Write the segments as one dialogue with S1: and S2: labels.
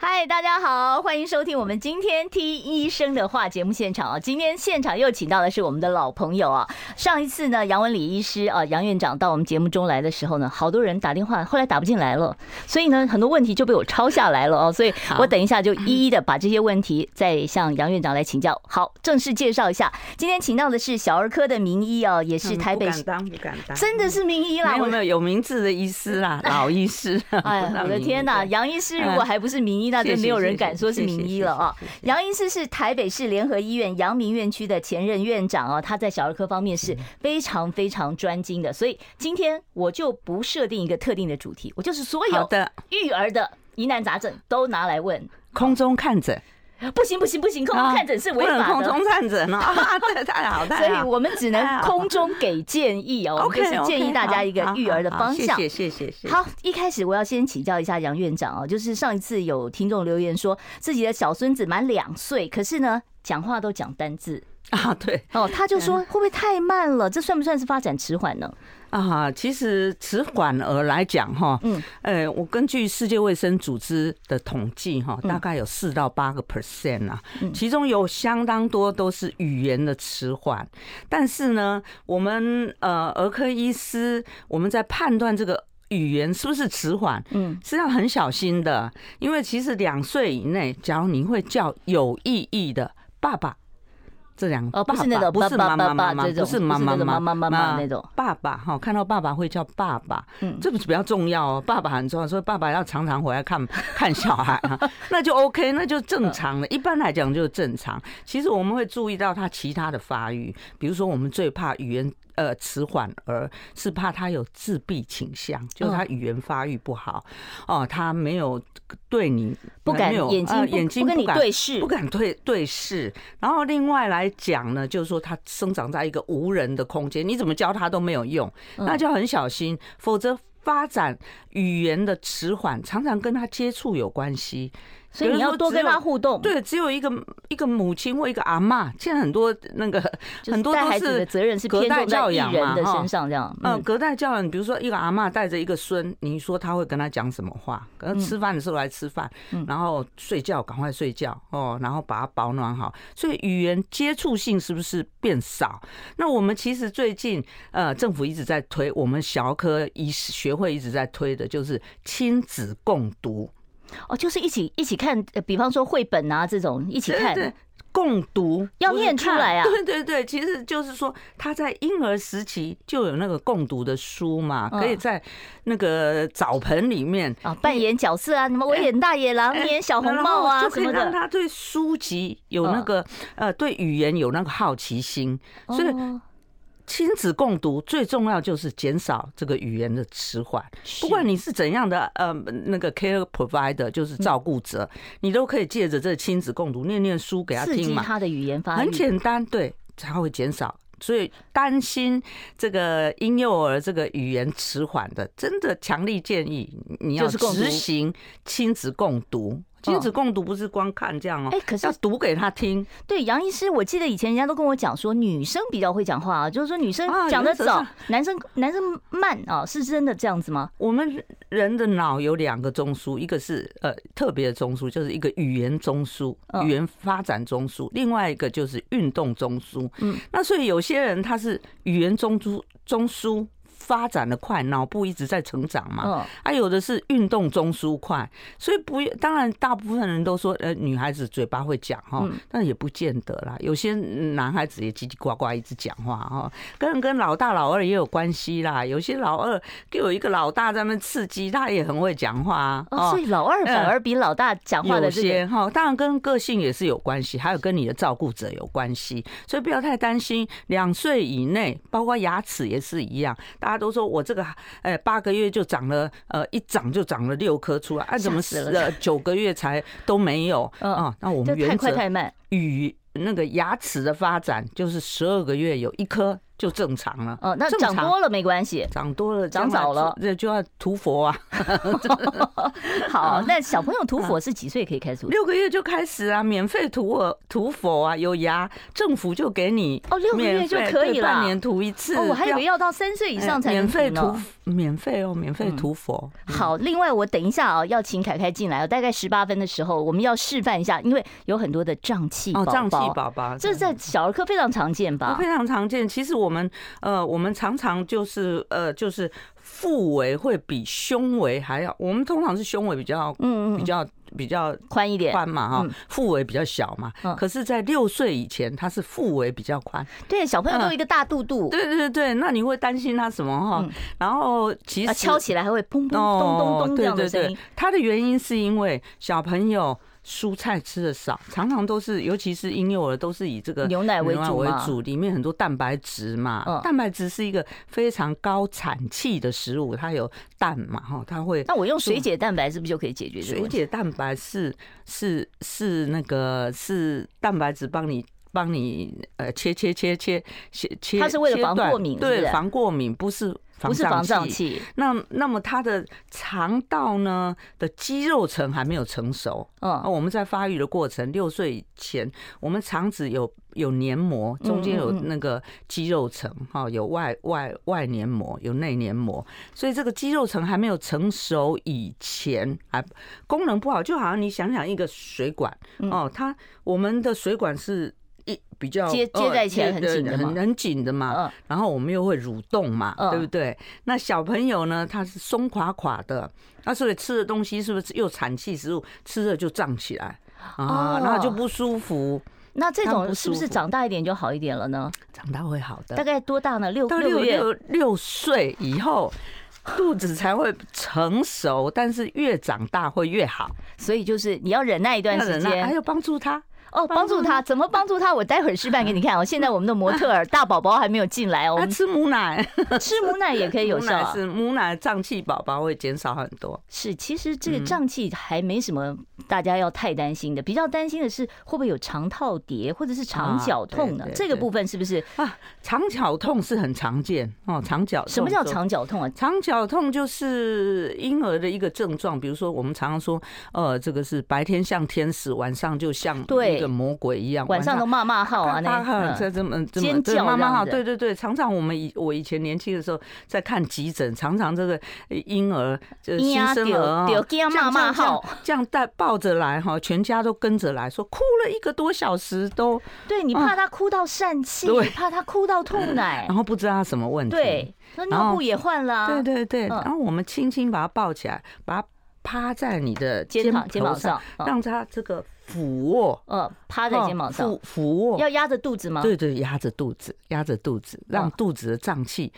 S1: 嗨，大家好，欢迎收听我们今天听医生的话节目现场啊。今天现场又请到的是我们的老朋友啊。上一次呢，杨文礼医师啊，杨院长到我们节目中来的时候呢，好多人打电话，后来打不进来了，所以呢，很多问题就被我抄下来了哦。所以我等一下就一一的把这些问题再向杨院长来请教。好，正式介绍一下，今天请到的是小儿科的名医哦，也是台
S2: 嗯
S1: 北
S2: 不
S1: 市
S2: 敢，当，不敢当，
S1: 真的是名医啦，
S2: 没有
S1: 我
S2: 没有有名字的医师 啦，老医师。
S1: 哎
S2: 不
S1: 呀，
S2: 让
S1: 我的
S2: 你
S1: 天呐！
S2: 对哎
S1: 杨医师如果还不是名医，那就没有人敢说是名医了啊
S2: 谢谢谢谢谢谢谢。谢
S1: 杨医师是台北市联合医院阳明院区的前任院长哦，他在小儿科方面是
S2: 嗯
S1: 非常非常专精的，所以今天我就不设定一个特定的主题，我就是所
S2: 好
S1: 有
S2: 的，
S1: 育儿的疑难杂症都拿来问。
S2: 空中看诊，
S1: 不行不行不行，空中看诊是违
S2: 啊不能
S1: 法
S2: 空
S1: 的。
S2: 中哎看诊 哦啊！对，太好，
S1: 所
S2: 太
S1: 以
S2: 好。
S1: 我们只能空中给建议哦，我们就
S2: OK，
S1: 是建议大家一个育儿的方向。
S2: 谢谢谢谢谢谢。
S1: 好，一开始我要先请教一下杨院长啊，就是上一次有听众留言说自己的小孙子满两岁，可是呢讲话都讲单字
S2: 啊，对
S1: 哦，他就
S2: 嗯
S1: 说会不会太慢了？这算不算是发展迟缓呢？
S2: 啊，其实迟缓儿来讲哈，
S1: 嗯，
S2: 呃，我根据世界卫生组织的统计哈，
S1: 嗯
S2: 大概有四到八个 percent 啊
S1: 嗯，
S2: 其中有相当多都是语言的迟缓。但是呢，我们呃儿科医师我们在判断这个语言是不是迟缓，
S1: 嗯，
S2: 是要很小心的，因为其实两岁以内，假如你会叫有意义的爸爸。这两个
S1: 哦，不
S2: 爸
S1: 是那
S2: 爸
S1: 种
S2: 不是妈
S1: 爸爸
S2: 妈妈
S1: 爸
S2: 妈，
S1: 这种
S2: 不是妈
S1: 不是
S2: 妈
S1: 那种
S2: 妈
S1: 妈妈妈那种
S2: 爸爸哈，看到爸爸会叫爸爸，
S1: 嗯
S2: 这不是比较重要哦，爸爸很重要，所以爸爸要常常回来 看看小孩啊，那就 OK，那就正常了。一般来讲就是正常。其实我们会注意到他其他的发育，比如说我们最怕语言。呃，迟缓儿是怕他有自闭倾向，
S1: 嗯
S2: 就是他语言发育不好，哦，他没有对你
S1: 不敢
S2: 没有
S1: 眼睛
S2: 呃
S1: 不
S2: 眼睛
S1: 不跟你
S2: 敢
S1: 对视
S2: 不敢对对视。然后另外来讲呢，就是说他生长在一个无人的空间，你怎么教他都没有用，
S1: 嗯
S2: 那就要很小心，否则发展语言的迟缓常常跟他接触有关系。
S1: 所以
S2: 比
S1: 你
S2: 如
S1: 要
S2: 说
S1: 多
S2: 只
S1: 跟
S2: 有
S1: 他互动，，
S2: 对，只有一个一个母亲或一个阿嬷，现在很多那个很多
S1: 带
S2: 都
S1: 孩子的
S2: 是
S1: 责任是
S2: 隔
S1: 偏
S2: 代
S1: 重在
S2: 教
S1: 艺
S2: 养
S1: 人
S2: 嘛
S1: 的
S2: 哈
S1: 身上这样，
S2: 嗯，
S1: 嗯，
S2: 隔代教养，比如说一个阿嬷带着一个孙，你说他会跟他讲什么话？可能吃饭的时候来吃饭，
S1: 嗯
S2: 然后睡觉赶快睡觉哦，然后把它保暖好。所以语言接触性是不是变少？那我们其实最近呃，政府一直在推，我们小儿科医师学会一直在推的就是亲子共读，
S1: 哦，就是一起一起看，呃比方说绘本啊这种一起看，
S2: 对，共读
S1: 要
S2: 不是
S1: 念出
S2: 看
S1: 来啊
S2: 对对对，其实就是说他在婴儿时期就有那个共读的书嘛，
S1: 嗯
S2: 可以在那个澡盆里面。
S1: 啊，扮演角色啊，什么我演大野狼，你演小红帽
S2: 哎然
S1: 啊
S2: 后就可
S1: 什
S2: 以
S1: 么
S2: 让
S1: 的，嗯
S2: 他对书籍有那个、呃，对语言有那个好奇心，所以
S1: 哦
S2: 亲子共读最重要就是减少这个语言的迟缓。不管你是怎样的呃那个 care provider，就是
S1: 嗯
S2: 照顾者，你都可以借着这亲子共读念念书给他
S1: 刺
S2: 听
S1: 激
S2: 嘛，
S1: 他的语言发育，
S2: 很简单，对，才会减少。所以担心这个婴幼儿这个语言迟缓的，真的强力建议你要
S1: 就是共读
S2: 执行亲子共读。亲子共读不是光看这样哦，
S1: 哎可是
S2: 要读给他听
S1: 对，杨医师，我记得以前人家都跟我讲说，女生比较会讲话啊，就是说女生
S2: 啊
S1: 讲得
S2: 原则
S1: 早，
S2: 上
S1: 男生男生慢啊，是真的这样子吗？
S2: 我们人的脑有两个中枢，一个是呃特别的中枢，就是一个语言中枢、
S1: 嗯
S2: 语言发展中枢，另外一个就是运动中枢。
S1: 嗯，
S2: 那所以有些人他是语言中枢中枢发展的快，脑部一直在成长嘛。
S1: 嗯，
S2: 啊，有的是运动中枢快，所以不，当然大部分人都说，呃，女孩子嘴巴会讲哈
S1: 嗯，
S2: 但也不见得啦。有些男孩子也叽叽呱呱一直讲话哈，跟跟老大老二也有关系啦。有些老二就有一个老大在那边刺激，他也很会讲话啊
S1: 哦，所以老二反
S2: 嗯
S1: 而比老大讲话的
S2: 有
S1: 这个
S2: 些哈，当然跟个性也是有关系，还有跟你的照顾者有关系，所以不要太担心。两岁以内，包括牙齿也是一样，大家都说我这个呃八个月就长了，呃一长就长了六颗出来，啊怎么
S1: 吓死
S2: 死
S1: 了
S2: 了九个月才都没有
S1: 嗯
S2: 啊？那我
S1: 就
S2: 们
S1: 太
S2: 原
S1: 快
S2: 则
S1: 太慢，
S2: 与那个牙齿的发展就是十二个月有一颗。就正常了。
S1: 哦，那
S2: 正
S1: 长
S2: 常
S1: 多了没关系。
S2: 长多了，
S1: 长早了
S2: 这就要涂佛啊。
S1: 好，那小朋友涂佛是几岁可以开始涂？
S2: 六个月就开始啊，免费涂我涂佛啊，有牙政府就给你
S1: 哦六个月
S2: 免费
S1: 就可以
S2: 对
S1: 了
S2: 半年涂一次。
S1: 哦，我还以
S2: 不
S1: 为要到三岁以上才
S2: 哎
S1: 能
S2: 免费
S1: 呢
S2: 涂，免费哦，免费涂佛。
S1: 好，另外我等一下啊，要请凯凯进来哦，大概十八分的时候，我们要示范一下，因为有很多的胀气嗯宝
S2: 哦，
S1: 宝，
S2: 胀气宝宝，
S1: 这啊在小儿科非常常见吧
S2: 非？常常见。其实我们呃，我们常常就是呃，就是腹围会比胸围还要，我们通常是胸围比较
S1: 嗯嗯
S2: 比
S1: 嗯，
S2: 较比较
S1: 宽一点，
S2: 宽嘛哈
S1: 嗯，
S2: 腹围比较小嘛
S1: 嗯。
S2: 可是，在六岁以前，它是腹围比较宽。
S1: 对，小朋友都有一个大肚肚，
S2: 嗯对对对，那你会担心它什么哈
S1: 嗯？
S2: 然后其
S1: 啊，
S2: 实
S1: 敲起来还会砰砰咚咚
S2: 哦，
S1: 咚这
S2: 对
S1: 样的
S2: 对
S1: 声音
S2: 对，，它的原因是因为小朋友。蔬菜吃的少，常常都是，尤其是婴幼儿，都是以这个
S1: 牛奶为主嘛
S2: 主里面很多蛋白质嘛，
S1: 嗯
S2: 蛋白质是一个非常高产气的食物，它有蛋嘛，哈，它会
S1: 那我用水解蛋白是不是就可以解决这个
S2: 水
S1: 问题？
S2: 解蛋白是是是那个是蛋白质帮你帮你呃切切切切切切，
S1: 它是为了防
S2: 切断
S1: 过敏是不是
S2: 对，防过敏不是
S1: 不是防胀。气，
S2: 那那么它的肠道呢的肌肉层还没有成熟啊，
S1: 嗯，
S2: 我们在发育的过程，六岁前，我们肠子有有黏膜，
S1: 嗯
S2: 中间有
S1: 嗯嗯
S2: 那个肌肉层哈、有外外外黏膜，有内黏膜，所以这个肌肉层还没有成熟以前，还功能不好，就好像你想想一个水管
S1: 嗯
S2: 哦，它我们的水管是。一比较
S1: 接接在一起
S2: 呃
S1: 很紧的嘛
S2: 很很紧的嘛，
S1: 嗯
S2: 然后我们又会蠕动嘛，
S1: 嗯
S2: 对不对？那小朋友呢，他是松垮垮的，那所以吃的东西是不是又产气食物，吃了就胀起来
S1: 哦
S2: 啊，然后就不舒服，
S1: 那这
S2: 它
S1: 种
S2: 不
S1: 是不
S2: 舒
S1: 是
S2: 服
S1: 长大一点就好一点了呢？
S2: 长大会好的。
S1: 大概多大呢？六
S2: 到
S1: 六
S2: 六
S1: 个月
S2: 六六岁以后，肚子才会成熟，但是越长大会越好。
S1: 所以就是你要忍耐一段
S2: 要
S1: 时
S2: 忍耐，还哎
S1: 间
S2: 有帮助他。
S1: 哦，帮助他怎么帮助他？我待会儿示范给你看哦。现在我们的模特儿大宝宝还没有进来哦，我
S2: 他
S1: 们
S2: 吃母奶，
S1: 吃母奶也可以有
S2: 母
S1: 效
S2: 奶
S1: 啊。
S2: 是母奶胀气宝宝会减少很多。
S1: 是，其实这
S2: 嗯
S1: 个胀气还没什么大家要太担心的，比较担心的是会不会有肠套叠或者是肠
S2: 啊
S1: 绞痛呢
S2: 对？对
S1: 这个
S2: 对
S1: 部分是不是？
S2: 啊，肠绞痛是很常见哦，肠绞痛
S1: 什么叫
S2: 说
S1: 肠绞痛啊？
S2: 肠绞痛就是婴儿的一个症状，比如说我们常常说，呃，这个是白天像天使，晚上就像
S1: 对
S2: 一个魔鬼一样，
S1: 晚上都骂骂号啊，
S2: 大
S1: 那
S2: 家在
S1: 嗯
S2: 这么这
S1: 尖
S2: 么
S1: 叫
S2: 对妈
S1: 这样
S2: 妈好，
S1: 子
S2: 对对对，常常我们以我以前年轻的时候在看急诊，常常这个婴儿呃
S1: 婴
S2: 新
S1: 儿
S2: 生儿哦
S1: 啊丢丢给他
S2: 这样
S1: 骂骂
S2: 这样
S1: 号
S2: 这样带抱着来哈，全家都跟着来说哭了一个多小时都，
S1: 对你怕他哭到疝气，
S2: 嗯对
S1: 怕他哭到吐奶
S2: 然，后不知道他什么问题，
S1: 对，那尿
S2: 然
S1: 布
S2: 后
S1: 也换了啊，
S2: 对对对，
S1: 嗯
S2: 然后我们轻轻把它抱起来，把它趴在你的
S1: 肩膀肩
S2: 头
S1: 膀
S2: 上
S1: 上，，嗯
S2: 让它这个俯卧，嗯
S1: 呃，趴在肩膀上
S2: 俯，俯卧，
S1: 要压着肚子吗？
S2: 对对，压着肚子，压着肚子，让肚子的胀气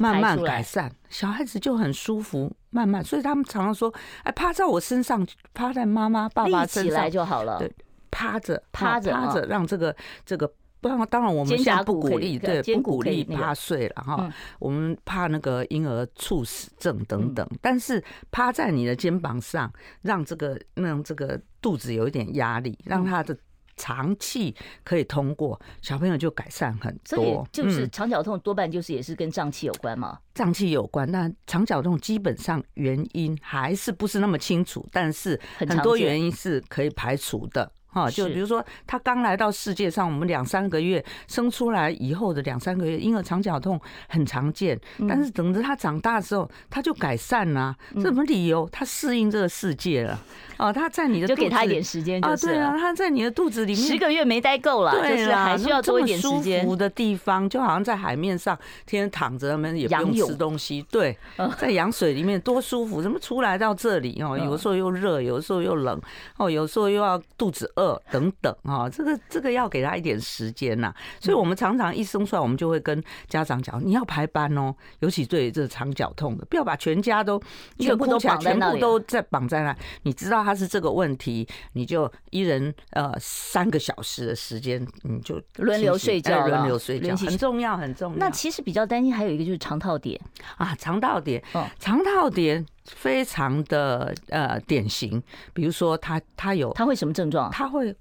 S2: 慢
S1: 排
S2: 慢
S1: 出来
S2: 改善，小孩子就很舒服，慢慢。所以他们常常说，哎，趴在我身上，趴在妈妈、爸爸
S1: 立起
S2: 身
S1: 来
S2: 上，
S1: 就好了
S2: 对。趴着，
S1: 趴着
S2: 趴
S1: 啊
S2: 着，让这个这个。不然，当然我们
S1: 肩胛
S2: 现在不
S1: 骨可
S2: 鼓
S1: 以
S2: 励，
S1: 可
S2: 对，
S1: 肩
S2: 不
S1: 骨
S2: 鼓
S1: 可以
S2: 励
S1: 那个
S2: 趴睡了哈
S1: 嗯。
S2: 我们怕那个婴儿猝死症等等，但是趴在你的肩膀上，让这个让这个肚子有一点压力，
S1: 嗯
S2: 让他的肠气可以通过，小朋友就改善很
S1: 所以
S2: 多。
S1: 就是
S2: 嗯
S1: 肠绞痛，多半就是也是跟胀气有关嘛。
S2: 胀气有关，但肠绞痛基本上原因还是不是那么清楚，但是
S1: 很
S2: 很
S1: 常
S2: 多
S1: 见
S2: 原因是可以排除的。哈，就是比如说他刚来到世界上，我们两三个月生出来以后的两三个月，婴儿肠绞痛很常见，
S1: 嗯
S2: 但是等着他长大之后，他就改善啦、这什么理由？他适应这个世界了。哦，他在你的
S1: 就给
S2: 肚
S1: 他一
S2: 子
S1: 点时间就
S2: 啊，
S1: 是
S2: 对
S1: 了
S2: 啊，他在你的肚子里面
S1: 十个月没待够了，就
S2: 对
S1: 是
S2: 啦
S1: 还需要
S2: 那这
S1: 多一
S2: 么
S1: 点时
S2: 舒
S1: 间
S2: 服。的地方，就好像在海面上，天天躺着，他们也不
S1: 仰
S2: 用吃
S1: 泳
S2: 东西，对，在羊水里面多舒服。怎么出来到这里哦？
S1: 嗯
S2: 有时候又热，有时候又冷，哦，有时候又要肚子饿等等哦，这个这个要给他一点时间呐、所以我们常常一生出来，我们就会跟家长讲，你要排班哦，尤其对于这肠绞痛的，不要把全家都一个
S1: 全部都
S2: 哭起来
S1: 绑在
S2: 全
S1: 那
S2: 部
S1: 里啊
S2: 都在绑在那。你知道他是这个问题，你就一人呃三个小时的时间，你就
S1: 轮流睡觉
S2: 哎轮
S1: 了
S2: 流睡觉
S1: 轮起
S2: 很重要，很重要。
S1: 那其实比较担心还有一个就是肠套叠，
S2: 啊，肠道点
S1: 嗯，
S2: 肠道点非常的呃典型，比如说他他有
S1: 它会什么症状啊？
S2: 他会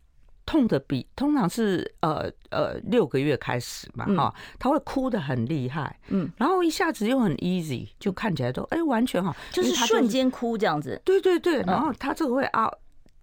S2: 痛的比通常是呃呃六个月开始嘛
S1: 嗯
S2: 哈，他会哭的很厉害，
S1: 嗯，
S2: 然后一下子又很 easy，就看起来都哎、完全哈，
S1: 就是
S2: 因为他
S1: 瞬间哭这样子，
S2: 对对对，然
S1: 嗯
S2: 后他这个会啊，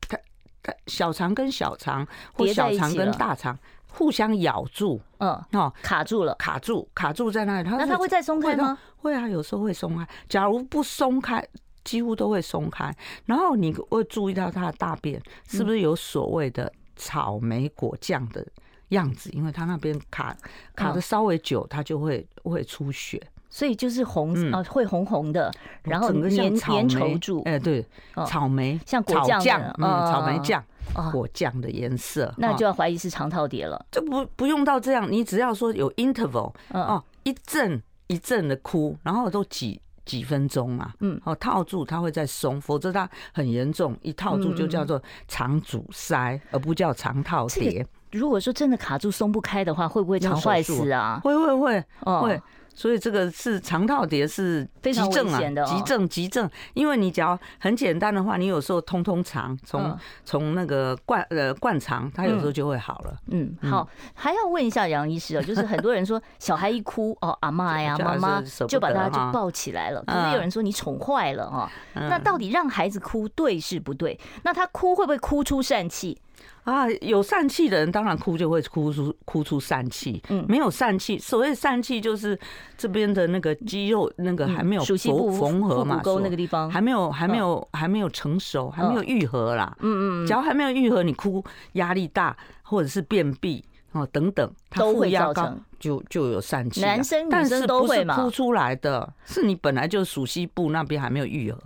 S2: 他他小肠跟小肠或
S1: 叠在
S2: 小
S1: 一起
S2: 肠跟
S1: 了
S2: 大肠互相咬住
S1: 嗯，
S2: 哦，
S1: 卡住了。
S2: 卡住卡住在那里，
S1: 那
S2: 是
S1: 它会再松开
S2: 会的
S1: 吗？
S2: 会啊，有时候会松开。假如不松开，几乎都会松开。然后你会注意到它的大便
S1: 嗯
S2: 是不是有所谓的草莓果酱的样子，因为它那边卡卡
S1: 哦
S2: 的稍微久，它就会会出血。
S1: 所以就是红
S2: 嗯
S1: 啊，会红红的，然后
S2: 整个像
S1: 粘
S2: 草莓
S1: 粘稠住
S2: 哎、对
S1: 哦，
S2: 草莓
S1: 像果
S2: 草
S1: 酱的
S2: 酱，嗯，
S1: 哦
S2: 草莓酱
S1: 哦
S2: 果酱的颜色，
S1: 那
S2: 哦
S1: 就要怀疑是肠套叠了。
S2: 这不不用到这样，你只要说有 interval
S1: 嗯
S2: 哦，一阵一阵的哭，然后都几几分钟嘛，
S1: 嗯
S2: 哦，套住它会再松，否则它很严重，一套住就叫做肠阻塞，而不叫肠套
S1: 嗯这个
S2: 叠，
S1: 如果说真的卡住松不开的话，会不会
S2: 要
S1: 肠
S2: 手
S1: 坏
S2: 术
S1: 死啊？
S2: 会会会
S1: 哦
S2: 会。所以这个是肠套叠是
S1: 非常
S2: 急症
S1: 危
S2: 啊
S1: 险的，哦
S2: 急症急症，因为你只要很简单的话，你有时候通通肠，从
S1: 嗯
S2: 从那个灌呃灌肠，它有时候就会好了。
S1: 嗯，好，还要问一下杨医师哦，就是很多人说小孩一 哭哦，阿妈呀、
S2: 就
S1: 妈
S2: 还是
S1: 妈
S2: 舍不
S1: 就把
S2: 得
S1: 他就
S2: 哈
S1: 抱起来了，可
S2: 嗯
S1: 是有人说你宠坏了啊，
S2: 嗯
S1: 那到底让孩子哭对是不对？那他哭会不会哭出疝气？
S2: 啊，有疝气的人当然哭就会哭出哭出疝气，
S1: 嗯
S2: 没有疝气，所谓疝气就是这边的那个肌肉那个还没有
S1: 熟悉
S2: 缝
S1: 嗯不
S2: 缝合
S1: 腹
S2: 嘛，
S1: 股沟
S2: 所
S1: 那个地方
S2: 还没有还没有还没有成熟，还没有愈合啦。
S1: 嗯嗯
S2: 只要还没有愈合，你哭压力大或者是便秘哦等等，它
S1: 都
S2: 负
S1: 会
S2: 压
S1: 造
S2: 高
S1: 成
S2: 就就有疝气啦。
S1: 男生女
S2: 但
S1: 生
S2: 是
S1: 都
S2: 不
S1: 会
S2: 是
S1: 嘛
S2: 哭出来的，是你本来就属膝部那边还没有愈合，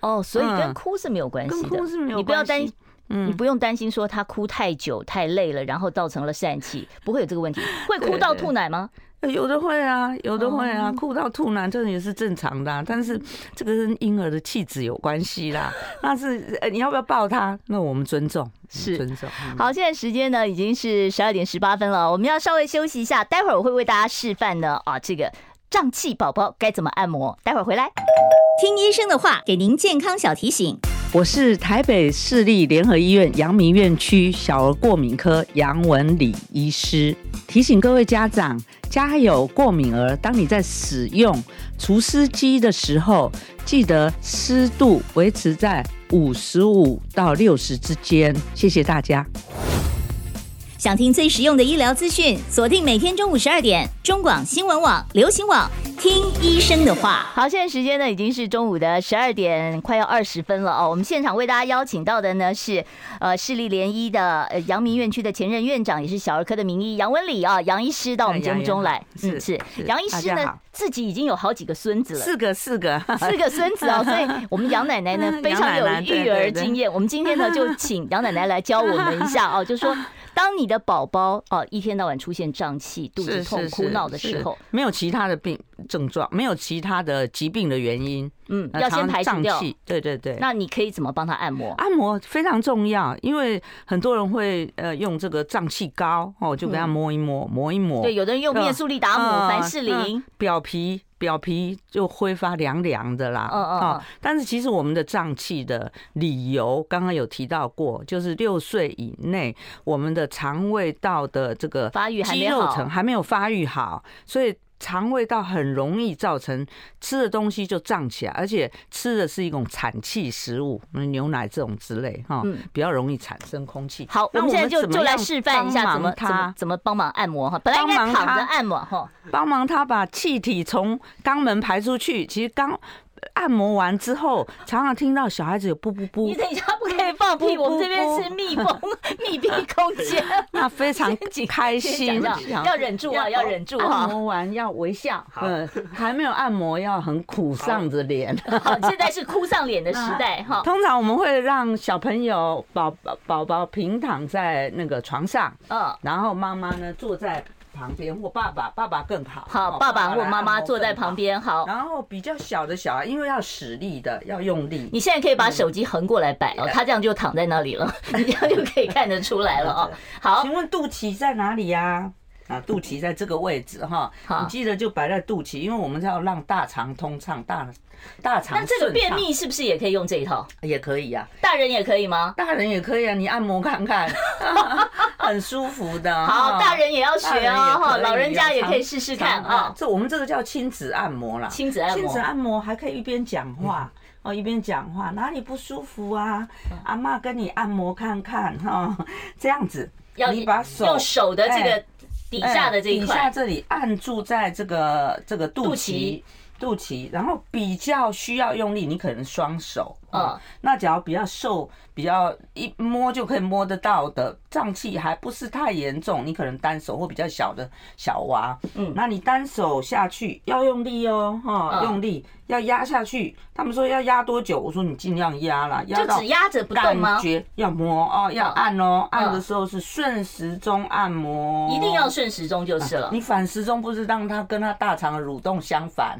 S1: 嗯，哦，所以跟
S2: 嗯
S1: 哭是没有关
S2: 跟
S1: 系
S2: 哭是
S1: 的，
S2: 没有
S1: 你不要
S2: 关
S1: 担
S2: 系。嗯
S1: 你不用担心说他哭太久太累了，然后造成了疝气，不会有这个问题。会哭到吐奶吗？
S2: 有的会啊，有的会
S1: 哦
S2: 啊，哭到吐奶这也是正常的、啊，但是这个跟婴儿的气质有关系 啦。那是呃，你要不要抱他？那我们尊重，
S1: 是
S2: 尊重。嗯
S1: 好，现在时间呢已经是十二点十八分了，我们要稍微休息一下，待会儿我会为大家示范呢啊这个胀气宝宝该怎么按摩，待会儿回来。听医生的话，给您健康小提醒。
S2: 我是台北市立联合医院阳明院区小儿过敏科杨文礼医师，提醒各位家长，家有过敏儿，当你在使用除湿机的时候，记得湿度维持在五十五到六十之间。谢谢大家。
S1: 想听最实用的医疗资讯，锁定每天中午十二点，中广新闻网、流行网，听医生的话。好，现在时间呢已经是中午的十二点，快要二十分了哦。我们现场为大家邀请到的呢是呃市立联医的呃阳明院区的前任院长，也是小儿科的名医杨文礼啊，杨医师到我们节目中来
S2: 哎。杨
S1: 嗯，
S2: 医
S1: 是
S2: 师是
S1: 杨医
S2: 大
S1: 师
S2: 家
S1: 呢
S2: 好
S1: 自己已经有好几个孙子了。
S2: 四个，四个，
S1: 四个孙子 哦，所以我们杨奶奶 呢
S2: 嗯
S1: 非常有
S2: 杨奶奶对
S1: 育儿
S2: 对对
S1: 经验。我们今天呢就请杨奶奶来教我们一下哦，就说当你的宝宝哦一天到晚出现胀气、肚子
S2: 是
S1: 痛、
S2: 是
S1: 哭
S2: 是
S1: 闹的时
S2: 是
S1: 候，
S2: 没有其他的病症状，没有其他的疾病的原因，
S1: 嗯，
S2: 呃
S1: 要先
S2: 常
S1: 排除
S2: 胀
S1: 掉。
S2: 气对对对，
S1: 那你可以怎么帮他按摩？
S2: 按摩非常重要，因为很多人会呃用这个胀气膏哦，就给他摸一摸，摸一摸，
S1: 对，有的人用
S2: 嗯
S1: 面速力达姆、
S2: 嗯
S1: 凡士林
S2: 嗯，表皮表皮就挥发凉凉的啦。
S1: 嗯嗯嗯
S2: 哦，但是其实我们的胀气的理由，刚刚有提到过，就是六岁以内，我们的肠胃道的这个
S1: 发育还没
S2: 肌
S1: 好
S2: 肉层还没有发育好，所以。肠胃道很容易造成吃的东西就胀起来，而且吃的是一种产气食物，嗯牛奶这种之类哈，
S1: 嗯
S2: 比较容易产生空气。
S1: 好，我
S2: 那
S1: 们现在就
S2: 怎么
S1: 就来
S2: 样
S1: 示范一下
S2: 帮
S1: 怎么
S2: 忙
S1: 怎
S2: 它
S1: 么怎么帮忙按摩哈。本来应该
S2: 帮忙
S1: 躺
S2: 他
S1: 着按摩哈，
S2: 帮忙他把气体从肛门排出去。其实肛按摩完之后，常常听到小孩子有噗噗
S1: 你
S2: 噗，
S1: 等一下不可以放屁，
S2: 不
S1: 我们这边
S2: 不
S1: 是密封 密闭空 间。
S2: 那非 常开
S1: 先
S2: 心
S1: 讲。一下要忍住啊，要忍住
S2: 按
S1: 哈。
S2: 摩完要微笑，嗯，还没有按摩要很苦丧着脸。
S1: 好，现在是哭上脸的时代哈。
S2: 通常我们会让小朋友宝宝宝宝平躺在那个床上，
S1: 嗯，
S2: 然后妈妈呢坐在旁边，或爸爸，爸爸更好。
S1: 好，
S2: 哦
S1: 爸爸或
S2: 来
S1: 妈
S2: 按
S1: 妈
S2: 摩
S1: 坐在
S2: 更好
S1: 旁。边。好，
S2: 然后比较小的小孩，因为要使力的，要用力。
S1: 你现在可以把手机横过来
S2: 嗯
S1: 摆哦，他这样 就躺在那里了，你这样就可以看得出来了哦。好，
S2: 请问肚脐在哪里呀、啊，肚脐在这个位置哈，
S1: 好
S2: 你记得就摆在肚脐，因为我们是要让大肠通畅，大大肠
S1: 那这
S2: 顺
S1: 个
S2: 啊
S1: 便
S2: 畅
S1: 秘是不是也可以用这一套？
S2: 也可以呀、
S1: 大人也可以
S2: 啊，？
S1: 吗
S2: 大人也可以啊，你按摩看看， 很舒服的。
S1: 好，
S2: 哈
S1: 大人也要学
S2: 啊大人也
S1: 哦，
S2: 可
S1: 哈，
S2: 以
S1: 老人家
S2: 啊
S1: 也可以
S2: 常
S1: 试试看
S2: 常按
S1: 啊。
S2: 这我们这个叫亲子按摩啦，
S1: 亲子按
S2: 亲
S1: 摩
S2: 子，按摩还可以一边讲话。哦，一边讲话哪里不舒服啊？
S1: 嗯
S2: 阿妈跟你按摩看看哈、这样子，
S1: 要
S2: 你把手
S1: 用手的这个
S2: 哎
S1: 底下的这一
S2: 哎底下
S1: 块，
S2: 这里按住在这个这个肚
S1: 肚
S2: 脐
S1: 脐。
S2: 肚脐，然后比较需要用力，你可能双手，
S1: 嗯
S2: 嗯，那只要比较瘦、比较一摸就可以摸得到的胀气，还不是太严重，你可能单手或比较小的小娃，
S1: 嗯
S2: 嗯，那你单手下去要用力哦，哈、
S1: 嗯
S2: 用力要压下去。他们说要压多久？我说你尽量压啦，压
S1: 就
S2: 到
S1: 只压着不动
S2: 感
S1: 吗？
S2: 觉要摸哦，要
S1: 嗯
S2: 按哦，按
S1: 嗯
S2: 的时候是顺时钟按摩，
S1: 一定要顺时钟就是了
S2: 你。反时钟不是让它跟它大肠的蠕动相反，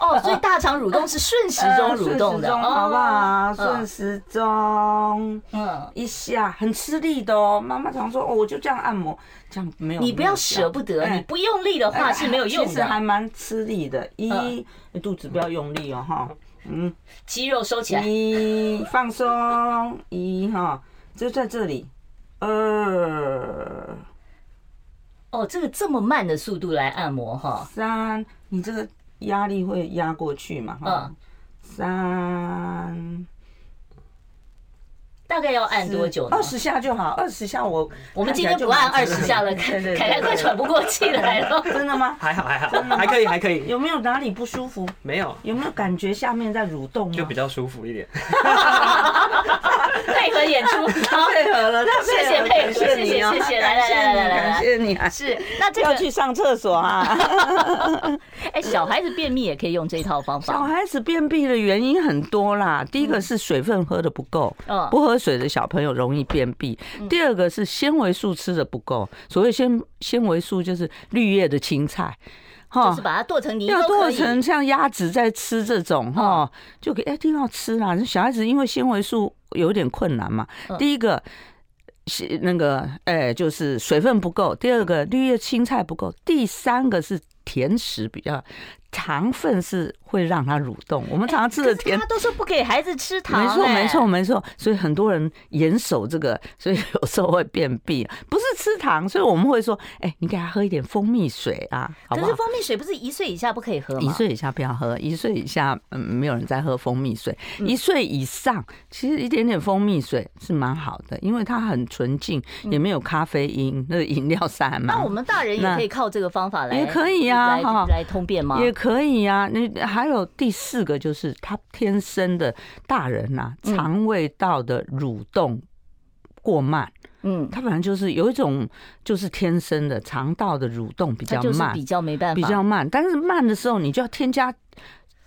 S1: 哦，所以大肠蠕动是顺时钟蠕动的，
S2: 呃顺时钟
S1: 哦
S2: 好不好？
S1: 嗯
S2: 顺时钟
S1: 嗯，
S2: 一下很吃力的哦。妈妈常说哦，我就这样按摩，这样没有。
S1: 你不要
S2: 没有效
S1: 舍不得，
S2: 哎
S1: 你不用力的话是没有用
S2: 其实还
S1: 的，嗯
S2: 蛮吃力的。一哎肚子不要用力哦，哈，嗯，
S1: 肌肉收起来。
S2: 一放松，一哈，就在这里，二
S1: 哦，这个这么慢的速度来按摩哈，
S2: 三，你这个压力会压过去嘛，哈
S1: 嗯，
S2: 三。
S1: 大概要按多久
S2: 嗯
S1: 呢
S2: 二？十下就好，二十下我
S1: 我们今天不按二
S2: 看起
S1: 十
S2: 来就蛮
S1: 下 了，
S2: 对
S1: 凯
S2: 对对
S1: 凯凯快喘不过气来了。
S2: 真的吗？
S3: 还好还好，还可以还可以，
S2: 有没有哪里不舒服？
S3: 没有
S2: 有没有感觉下面在蠕动啊？
S3: 就比较舒服一点。
S1: 配合演 出，好，
S2: 配合了，太
S1: 谢谢
S2: 配合了
S1: 配合
S2: 感谢你哦
S1: 谢谢谢谢
S2: 感
S1: 来来来来来来
S2: 感谢你啊！
S1: 是那这
S2: 要
S1: 个
S2: 去上厕所 啊！
S1: 哎，小孩子便秘也可以用这一套方
S2: 小
S1: 法，
S2: 孩子便秘的原因很多啦，第一个是水分喝的不够，
S1: 嗯
S2: 不喝水的小朋友容易便秘；第二个是纤维素吃的不够，所谓纤纤维素就是绿叶的青菜，哈
S1: 就是把它剁成泥
S2: 嗯要
S1: 都
S2: 剁
S1: 可以。哎嗯
S2: 成像鸭子在吃这种哈，就给哎一定要吃啦。小孩子因为纤维素有点困难嘛，
S1: 嗯
S2: 第一个。是那个，哎、就是水分不够；第二个，绿叶青菜不够；第三个是甜食比较糖分是会让它蠕动。我们常常吃的甜
S1: 他都说不给孩子吃糖，
S2: 没错，
S1: 哎
S2: 没错，。没错。所以很多人严守这个，所以有时候会便秘，不是吃糖。所以我们会说，哎、你给他喝一点蜂蜜水啊，好不
S1: 可
S2: 好
S1: 是？蜂蜜水不是一岁以下不可以喝
S2: 一
S1: 吗？
S2: 岁以下不要喝，一岁以下嗯没有人在喝蜂蜜水，
S1: 嗯
S2: 一岁以上其实一点点蜂蜜水是蛮好的，因为它很纯净，也没有咖啡因，那个饮料散嘛。
S1: 嗯那我们大人也可以靠这个方法来，
S2: 也可以啊
S1: 来
S2: 哈
S1: 来通便吗？
S2: 也可以呀、啊。那还有第四个就是他天生的大人呐、
S1: 嗯
S2: 肠胃道的蠕动过慢，
S1: 嗯，
S2: 他本来就是有一种就是天生的肠道的蠕动比
S1: 他
S2: 较
S1: 就是
S2: 慢
S1: 比，较没办法，
S2: 比较慢，但是慢的时候你就要添加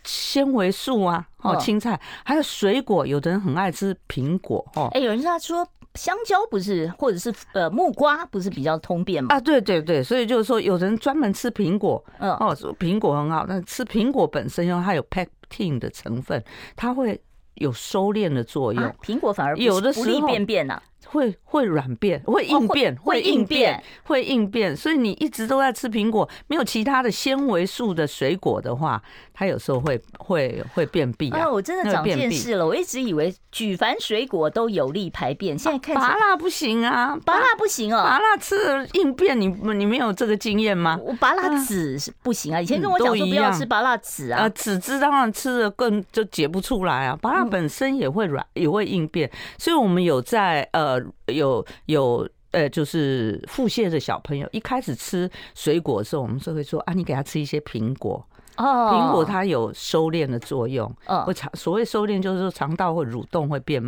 S2: 纤维素啊，哦，
S1: 嗯
S2: 青菜还有水果，有的人很爱吃苹果哦。
S1: 哎，有人他说香蕉不是，或者是呃木瓜不是比较通便吗？
S2: 啊，对对对，所以就是说，有人专门吃苹果，
S1: 嗯
S2: 哦，说苹果很好，但是吃苹果本身，因为它有 pectin 的成分，它会有收敛的作用
S1: 啊，，苹果反而不
S2: 有的
S1: 不
S2: 时
S1: 利
S2: 候
S1: 便啊便呐。
S2: 会会软便，会应变，
S1: 哦会应变，
S2: 会应变。所以你一直都在吃苹果，没有其他的纤维素的水果的话，它有时候会会会便秘啊。
S1: 啊，我真的
S2: 那个
S1: 长
S2: 便
S1: 见
S2: 秘
S1: 识了，我一直以为举凡水果都有利排便，现在看 起
S2: 拔
S1: 来
S2: 蜡不行啊，
S1: 拔蜡不行哦。
S2: 拔蜡吃了应变，你你没有这个经验吗？
S1: 我拔蜡籽是不行啊！以前跟我
S2: 嗯都
S1: 讲说不
S2: 一
S1: 要
S2: 样
S1: 吃拔蜡籽
S2: 啊，
S1: 啊，
S2: 籽汁当然吃的更就解不出来啊，拔蜡本身也会软，也会应变，所以我们有在呃有有。呃，就是腹泻的小朋友，一开始吃水果的时候，我们是会说啊，你给他吃一些苹果，
S1: 哦，
S2: 啊苹果它有收敛的作用。
S1: 嗯
S2: 会肠所谓收敛，就是说肠道会蠕动会变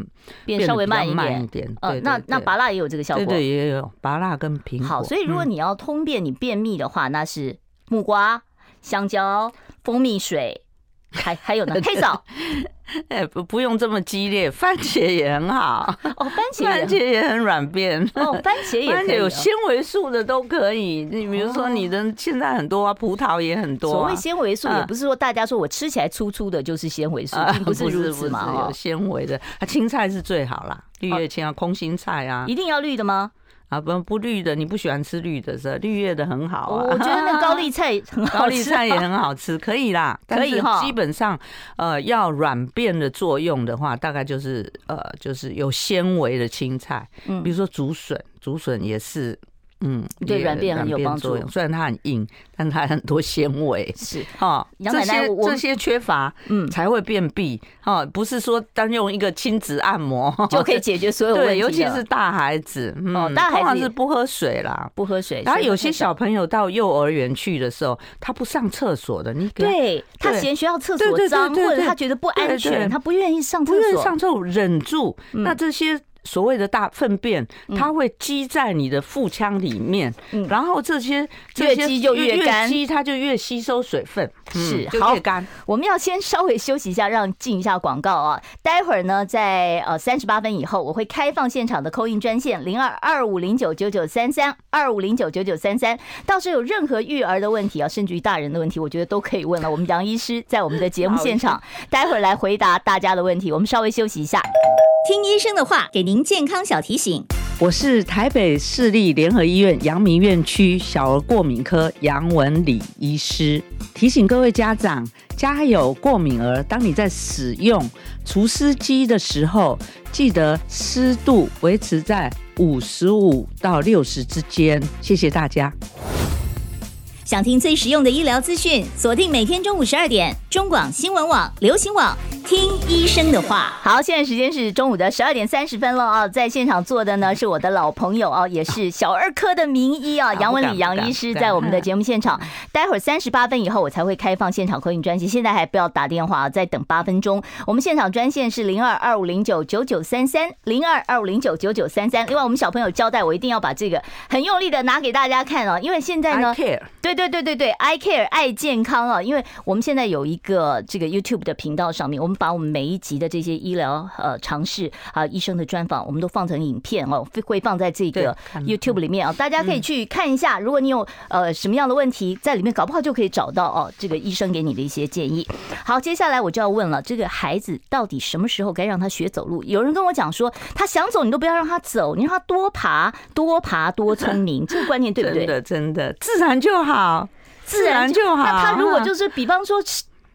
S1: 变
S2: 得
S1: 稍微
S2: 比较
S1: 慢一
S2: 慢
S1: 点
S2: 一点。
S1: 呃
S2: 对，
S1: 那
S2: 对
S1: 那
S2: 对
S1: 拔蜡也有这个效
S2: 对
S1: 果。
S2: 对也有拔蜡跟苹果。嗯
S1: 好，所以如果你要通便，你便秘的话，那是木瓜、香蕉、蜂蜜水，还还有呢 黑枣
S2: 哎、不不用这么激烈，番茄也很好，
S1: 哦， 番
S2: 番
S1: 茄也
S2: 茄也很软便。
S1: 哦， 番茄也
S2: 番
S1: 可
S2: 茄
S1: 以
S2: 有
S1: 哦。
S2: 纤维素的都可以，你比如说你的现在很多啊，葡萄也很多、啊。
S1: 所谓纤维素，
S2: 嗯啊
S1: 也不是说大家说我吃起来粗粗的就是纤维素，并不是如此 嘛
S2: 不是
S1: 哦
S2: 有纤维的，啊，青菜是最好啦，绿叶青啊，空心菜啊，
S1: 一定要绿的吗？
S2: 啊，不不绿的，你不喜欢吃绿的是吧绿叶的很好啊。
S1: 哦我觉得那个高 丽菜很好
S2: 高丽
S1: 吃
S2: 菜也很好 吃，可以啦。但
S1: 可以
S2: 是
S1: 哈
S2: 基本上，呃，要软便的作用的话，大概就是呃，就是有纤维的青菜，
S1: 嗯
S2: 比如说竹笋，竹笋也是，嗯，
S1: 对
S2: 也
S1: 软便很有帮助
S2: 作用虽然它很硬，但它很多纤 维。
S1: 是
S2: 哦，
S1: 杨
S2: 这
S1: 奶奶
S2: 些
S1: 我
S2: 这些缺乏
S1: 嗯
S2: 才会便秘哦，不是说单用一个亲子按摩
S1: 就可以解决所有问题了。
S2: 对，尤其是大孩子，嗯
S1: 哦大孩子
S2: 通常
S1: 也
S2: 是不喝水啦，
S1: 不喝水，
S2: 然后
S1: 水分
S2: 有
S1: 太
S2: 些
S1: 少
S2: 小朋友到幼儿园去的时候，他不上厕所的，你给他
S1: 对他
S2: 对
S1: 嫌学校厕
S2: 对
S1: 所
S2: 对对
S1: 脏，
S2: 对
S1: 或者
S2: 对
S1: 他觉得不安
S2: 对
S1: 全，
S2: 对
S1: 他不愿意上厕
S2: 不愿意
S1: 所。
S2: 上厕所，忍住，
S1: 嗯
S2: 那这些。所谓的大粪便，它会积在你的腹腔里面，
S1: 嗯
S2: 然后这些这
S1: 越
S2: 些
S1: 积就越干
S2: 积它就越吸收水分，嗯
S1: 是
S2: 就
S1: 好
S2: 越干。
S1: 我们要先稍微休息一下，让进一下广告啊。待会儿呢，在呃三十八分以后，我会开放现场的扣印专线零二二五零九九九三三二五零九九九三三。到时候有任何育儿的问题啊，甚至于大人的问题，我觉得都可以问了。我们杨医师在我们的节目现场，待会儿来回答大家的问题。我们稍微休息一下。
S4: 听医生的话，给您健康小提醒。
S2: 我是台北市立联合医院阳明院区小儿过敏科杨文礼医师，提醒各位家长，家有过敏儿，当你在使用除湿机的时候，记得湿度维持在五十五到六十之间。谢谢大家。
S4: 想听最实用的医疗资讯，锁定每天中午十二点，中广新闻网、流行网，听医生的话。
S1: 好，现在时间是中午的十二点三十分了啊，在现场坐的呢是我的老朋友啊，也是小儿科的名医啊，
S2: 啊
S1: 杨文
S2: 不敢
S1: 礼杨
S2: 不敢
S1: 医师
S2: 不
S1: 在
S2: 敢
S1: 我们的节目现场。待会儿三十八分以后我才会开放现场扣印专线，现在还不要打电话啊，再等八分钟。我们现场专线是零二二五零九九九三三零二二五零九九九三三。另外，我们小朋友交代我一定要把这个很用力的拿给大家看啊，因为现在呢
S2: care，
S1: 对对对对对，I care 爱健康啊，因为我们现在有一个这个 YouTube 的频道上面，我们把我们每一集的这些医疗呃尝试啊、医生的专访，我们都放成影片哦，会会放在这
S2: 对
S1: 个
S2: 看嗯
S1: YouTube 里面啊，大家可以去看一下。如果你有呃什么样的问题，在里面搞不好就可以找到哦，这个医生给你的一些建议。好，接下来我就要问了，这个孩子到底什么时候该让他学走路？有人跟我讲说，他想走你都不要让他走，你让他多爬，多爬多聪明，这个观念对不对
S2: 真？的真的自然就好，
S1: 自然
S2: 就好。
S1: 那他如果
S2: 嗯
S1: 就是比方说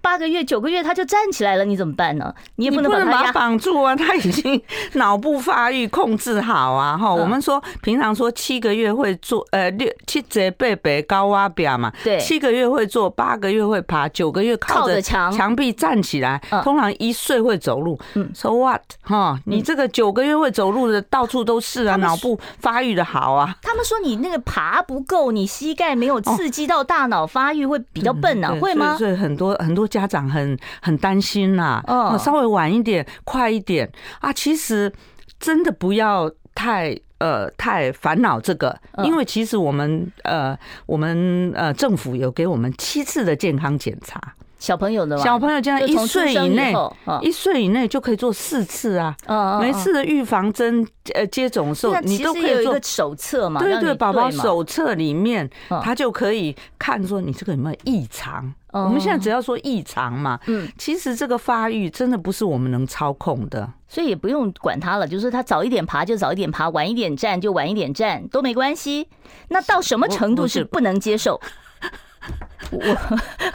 S1: 八个月、九个月他就站起来了，你怎么办呢？你也
S2: 你
S1: 不
S2: 不
S1: 能把
S2: 能把
S1: 他
S2: 它
S1: 压。
S2: 绑住啊， 他已经脑部发育控制好啊，哈。
S1: 嗯
S2: 我们说平常说七个月会做，呃，六七节背背高挖表嘛，
S1: 对
S2: 七个月会做，八个月会爬，九个月
S1: 靠
S2: 靠
S1: 着
S2: 着
S1: 墙
S2: 墙壁站起来
S1: 嗯，
S2: 通常一岁会走路
S1: 嗯。
S2: So what？哈，你这个九个月会走路的到处都是啊，
S1: 们
S2: 脑部发育的好啊。
S1: 他们说你那个爬不够，你膝盖没有刺激到大脑发育，会比较笨啊，
S2: 嗯对
S1: 会吗？
S2: 所以所以很多很多家长很很担心啦、
S1: 嗯
S2: 哦，稍微晚一点，快一点啊，其实真的不要太。呃，太烦恼这个，
S1: 嗯
S2: 因为其实我们呃，我们呃，政府有给我们七次的健康检查，
S1: 小朋友的吧
S2: 小朋友这样
S1: 就
S2: 一
S1: 从出
S2: 岁
S1: 生
S2: 以内
S1: 后，嗯
S2: 一岁以内就可以做四次啊，
S1: 嗯嗯
S2: 每次的预防针呃接种的时候
S1: 那，
S2: 你
S1: 其
S2: 都
S1: 实
S2: 可
S1: 有
S2: 以
S1: 一
S2: 做
S1: 个手册嘛，
S2: 对
S1: 让你
S2: 对，宝宝
S1: 嘛
S2: 手册里面
S1: 嗯，
S2: 他就可以看说你这个有没有异常。
S1: 哦
S2: 我们现在只要说异常嘛，
S1: 嗯
S2: 其实这个发育真的不是我们能操控的。
S1: 所以也不用管他了，就是他早一点爬就早一点爬，晚一点站就晚一点站都没关系。那到什么程度是不能接受？ 我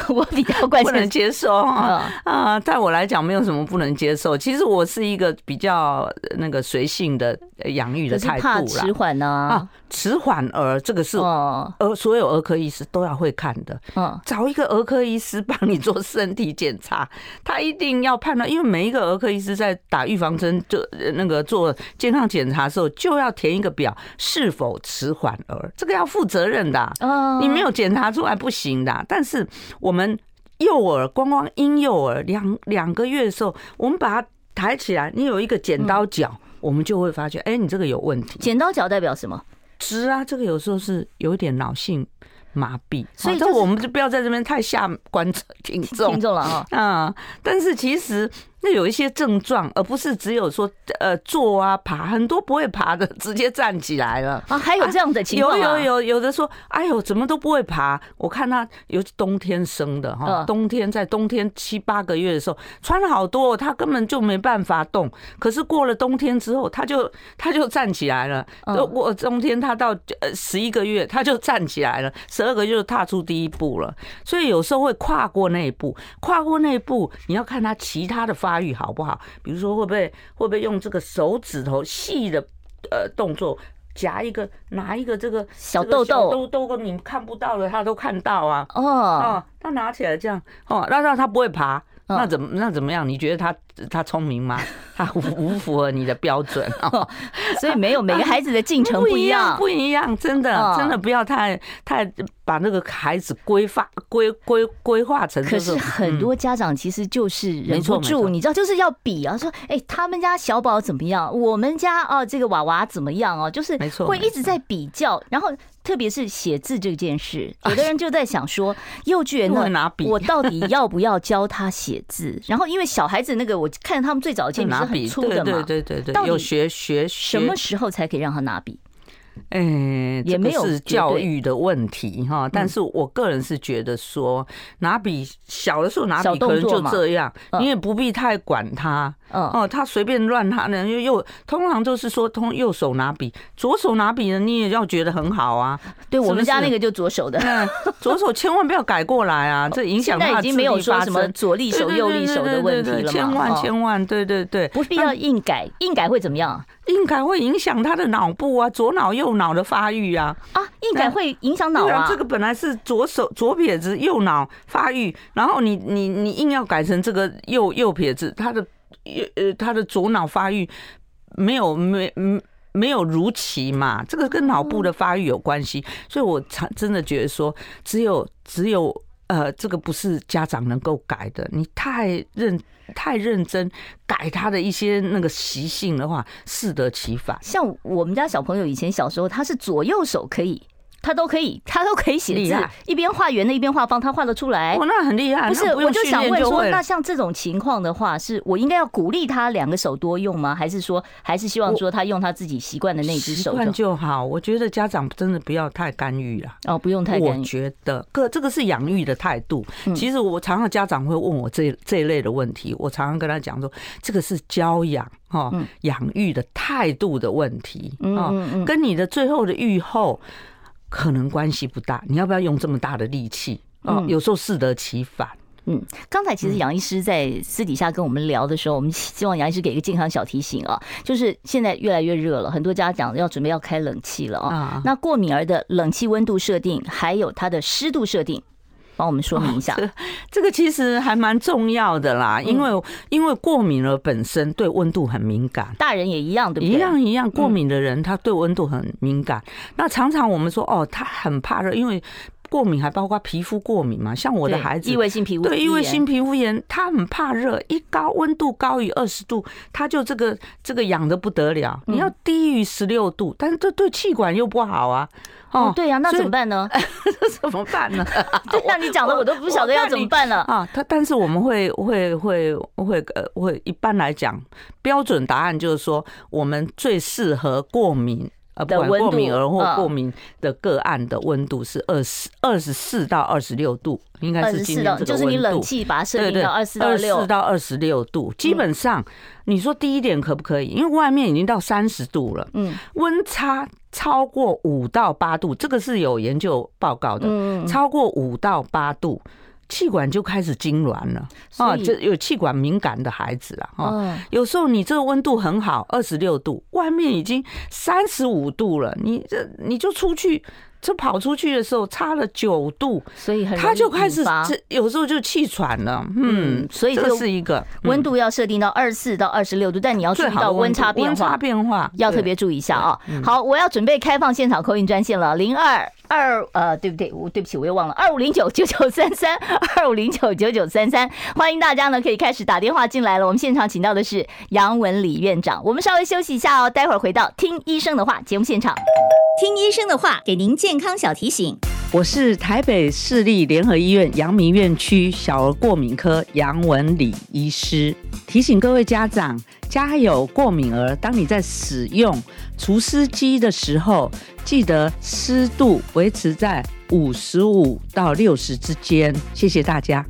S1: 我比较关
S2: 不能
S1: 心
S2: 接受啊
S1: 嗯！
S2: 啊，在我来讲，没有什么不能接受。其实我是一个比较呃那个随性的呃养育
S1: 可
S2: 的
S1: 是
S2: 态
S1: 怕
S2: 度
S1: 迟
S2: 啦。
S1: 缓呢
S2: 啊。，迟缓儿这个是
S1: 哦，
S2: 儿所有儿科医师都要会看的。
S1: 嗯，
S2: 找一个儿科医师帮你做身体检查， 他一定要判断，因为每一个儿科医师在打预防针就呃那个做健康检查的时候，就要填一个表，是否迟缓儿，这个要负责任的啊、
S1: 哦，
S2: 你没有检查出来不行的啊、但是我们幼儿，光光婴幼儿两两个月的时候，我们把它抬起来，你有一个剪刀脚，我们就会发觉，哎、你这个有问题。
S1: 剪刀脚代表什么？
S2: 直啊，这个有时候是有一点脑性麻痹，
S1: 所以
S2: 啊
S1: 就 是
S2: 这我们就不要在这边太下观众听众啊
S1: 听。中了哈。
S2: 啊、但是其实那有一些症状，而不是只有说呃坐啊爬，很多不会爬的直接站起来了。
S1: 啊，还有这样的情
S2: 有
S1: 况、啊
S2: 有有有的说，哎呦，怎么都不会爬。我看他，尤其冬天生的哈，
S1: 嗯
S2: 冬天在冬天七八个月的时候穿了好多，他根本就没办法动。可是过了冬天之后，他就他就站起来了。
S1: 嗯
S2: 呃过冬天他到呃十一个月，他就站起来了，十二个月就踏出第一步了。所以有时候会跨过那一步，跨过那一步，你要看他其他的发育好不好，比如说会不会会不会用这个手指头细的呃动作。夹一个，拿一个这个
S1: 小
S2: 这个
S1: 豆豆
S2: 豆豆，你看不到的他都看到啊。
S1: 哦，
S2: 哦，他拿起来这样，哦，那让他不会爬，
S1: 嗯
S2: 那怎么那怎么样？你觉得他他聪明 吗？他无无符合你的标准哦。
S1: 所以没有每个孩子的进程不一样。
S2: 不一样，真的
S1: 嗯，
S2: 真的不要太太把那个孩子规划规规规划成
S1: 可
S2: 就是
S1: 很多家长其实就是忍
S2: 嗯没
S1: 不
S2: 错没
S1: 住，
S2: 错
S1: 你知道，就是要比啊，说哎、他们家小宝怎么样，我们家哦这个娃娃怎么样哦，就是
S2: 没错
S1: 会
S2: 没
S1: 一直在比较，然后特别是写字这件事， 有的人就在想说，幼稚园
S2: 不能
S1: 呢，
S2: 拿笔
S1: 我到底要不要教他写字？然后因为小孩子那个，我看他们最早的铅笔是
S2: 拿
S1: 很
S2: 笔，
S1: 粗
S2: 对
S1: 的
S2: 对
S1: 嘛，
S2: 对对对
S1: 到底
S2: 有学学学
S1: 什么时候才可以让他拿笔？
S2: 哎、这
S1: 也
S2: 个
S1: 没有
S2: 是
S1: 绝
S2: 教
S1: 对嗯
S2: 育的问题哈，但是我个人是觉得说，拿笔小的时候拿
S1: 小
S2: 笔可能
S1: 动作
S2: 就
S1: 嘛
S2: 这样，
S1: 嗯
S2: 你也不必太管他
S1: 嗯
S2: 哦，他随便乱拿呢，又又通常都是说通右手拿笔，左手拿笔呢，你也要觉得很好啊，
S1: 对我
S2: 是不
S1: 们家
S2: 是
S1: 那个就左手的，
S2: 那左手千万不要改过来啊，这 影响
S1: 现
S2: 他
S1: 在
S2: 的
S1: 已经
S2: 智
S1: 没有
S2: 力
S1: 说
S2: 发
S1: 什么
S2: 生
S1: 左力
S2: 对
S1: 手、
S2: 对
S1: 右
S2: 对
S1: 力
S2: 对
S1: 手的
S2: 对
S1: 问题
S2: 对
S1: 了嘛？
S2: 千万
S1: 哦
S2: 千万，对对对，
S1: 不必要硬改，硬改会怎么样
S2: 应该会影响他的脑部啊，左脑右脑的发育啊。
S1: 啊？硬改会影响脑
S2: 对
S1: 啊。
S2: 这个本来是左手左撇子，右脑发育，然后你你你硬要改成这个右右撇子，他的右呃他的左脑发育没有没嗯没有如期嘛，这个跟脑部的发育有关系，所以我常真的觉得说，只有只有。呃，这个不是家长能够改的。你太认太认真改他的一些那个习性的话，适得其反。
S1: 像我们家小朋友以前小时候，他是左右手可以，他都可以，他都可以写
S2: 厉
S1: 字
S2: 害，
S1: 一边画圆的，一边画方，他画得出来
S2: 哦，。那很厉害。
S1: 哎不是，
S2: 那用
S1: 我就
S2: 训
S1: 想
S2: 练
S1: 问
S2: 就
S1: 说，
S2: 会了
S1: 那像这种情况的话，是我应该要鼓励他两个手多用吗？还是说，还是希望说他用他自己习惯的那只
S2: 习
S1: 手就
S2: 惯
S1: 好？
S2: 就好。我觉得家长真的不要太干预了。
S1: 哦，不用太干
S2: 我
S1: 预。嗯
S2: 觉得，个这个是养育的态度。其实我常常家长会问我这这一类的问题，我常常跟他讲说，这个是教养哦，养育的态度的问题
S1: 嗯
S2: 哦，跟你的最后的育后可能关系不大。你要不要用这么大的力气？哦，有时候适得其反。
S1: 嗯，刚才其实杨医师在私底下跟我们聊的时候，我们希望杨医师给一个健康小提醒啊，就是现在越来越热了，很多家长要准备要开冷气了啊
S2: 啊。
S1: 那过敏儿的冷气温度设定，还有它的湿度设定，帮我们说明一下。
S2: 这个其实还蛮重要的啦，
S1: 嗯
S2: 因为因为过敏了本身对温度很敏感。
S1: 大人也一样，对不对？
S2: 一样一样，过敏的人他对温度很敏感。那常常我们说哦，他很怕热，因为过敏还包括皮肤过敏嘛。像我
S1: 对，
S2: 的孩子
S1: 异，位性皮肤
S2: 对，因为
S1: 炎
S2: 性皮肤炎，他很怕热，一高温度高于二十度，他就这个这个痒的不得了。
S1: 嗯
S2: 你要低于十六度，但是这对气管又不好啊。
S1: 哦，对呀、那
S2: 所以
S1: 怎么办呢？
S2: 这 怎么办呢？
S1: 对那你讲的我都不晓得要怎么办了。
S2: 啊，他但是我们会会会会呃会一般来讲，标准答案就是说，我们最适合过敏呃不
S1: 的
S2: 管
S1: 温
S2: 过敏
S1: 度
S2: 儿或
S1: 嗯
S2: 过敏的个案的温度是二十二十四到二十六度，应该
S1: 二
S2: 是
S1: 十
S2: 今
S1: 四
S2: 天
S1: 度，
S2: 这个
S1: 就是你
S2: 温
S1: 冷
S2: 度
S1: 气把它设
S2: 对
S1: 定
S2: 对，
S1: 到二四到六
S2: 24，到二十六度，基本上你说低一点可不可以？因为外面已经到三十度了，
S1: 嗯，
S2: 温差超过五到八度，这个是有研究报告的，
S1: 嗯
S2: 超过五到八度。气管就开始痉挛了
S1: 所
S2: 啊！
S1: 以
S2: 这有气管敏感的孩子啦，啊，
S1: 哦，
S2: 有时候你这个温度很好，二十六度，外面已经三十五度了，你这你就出去，这跑出去的时候差了九度，
S1: 所以很容易
S2: 他就开
S1: 引
S2: 始
S1: 发
S2: 这有时候就气喘了，嗯
S1: 嗯，所以
S2: 这
S1: 这个
S2: 个是一个
S1: 温
S2: 度
S1: 度要设定到二十四到二十六度，但你要
S2: 嗯
S1: 注
S2: 最
S1: 意
S2: 好
S1: 到
S2: 的
S1: 温
S2: 温
S1: 差
S2: 度
S1: 变
S2: 温差
S1: 化，
S2: 变化
S1: 要特
S2: 对嗯
S1: 别注意一下啊。好，我要准备开放现场口音专线了，零二二呃，对不对？我对不起，我又忘了，二五零九九九三三，二五零九九九三三，欢迎大家呢可以开始打电话进来了。我们现场请到的是杨文礼院长，我们稍微休息一下哦，待会儿回到听医生的话节目现场。
S4: 听医生的话，给您健康小提醒。
S2: 我是台北市立联合医院阳明院区小儿过敏科杨文礼医师，提醒各位家长，家有过敏儿，当你在使用除湿机的时候，记得湿度维持在五十五到六十之间。谢谢大家。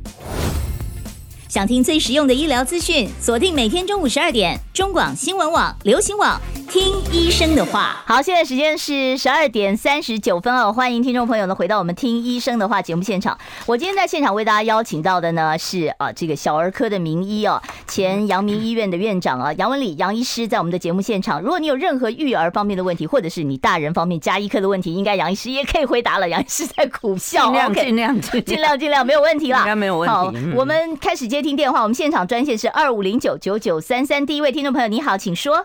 S4: 想听最实用的医疗资讯，锁定每天中午十二点，中广新闻网、流行网，听医生的话。
S1: 好，现在时间是十二点三十九分哦，欢迎听众朋友呢回到我们听医生的话节目现场。我今天在现场为大家邀请到的呢是啊这个小儿科的名医哦，前阳明医院的院长啊杨文礼杨医师在我们的节目现场。如果你有任何育儿方面的问题，或者是你大人方面加医科的问题，应该杨医师也可以回答了。杨医师在苦笑
S2: 尽量
S1: 哦 OK
S2: 尽量尽
S1: 尽量尽量没有问题啦，
S2: 应该没有问题
S1: 好
S2: 嗯，
S1: 我们开始接听电话，我们现场专线是二五零九九九三三。第一位听众朋友，你好，请说。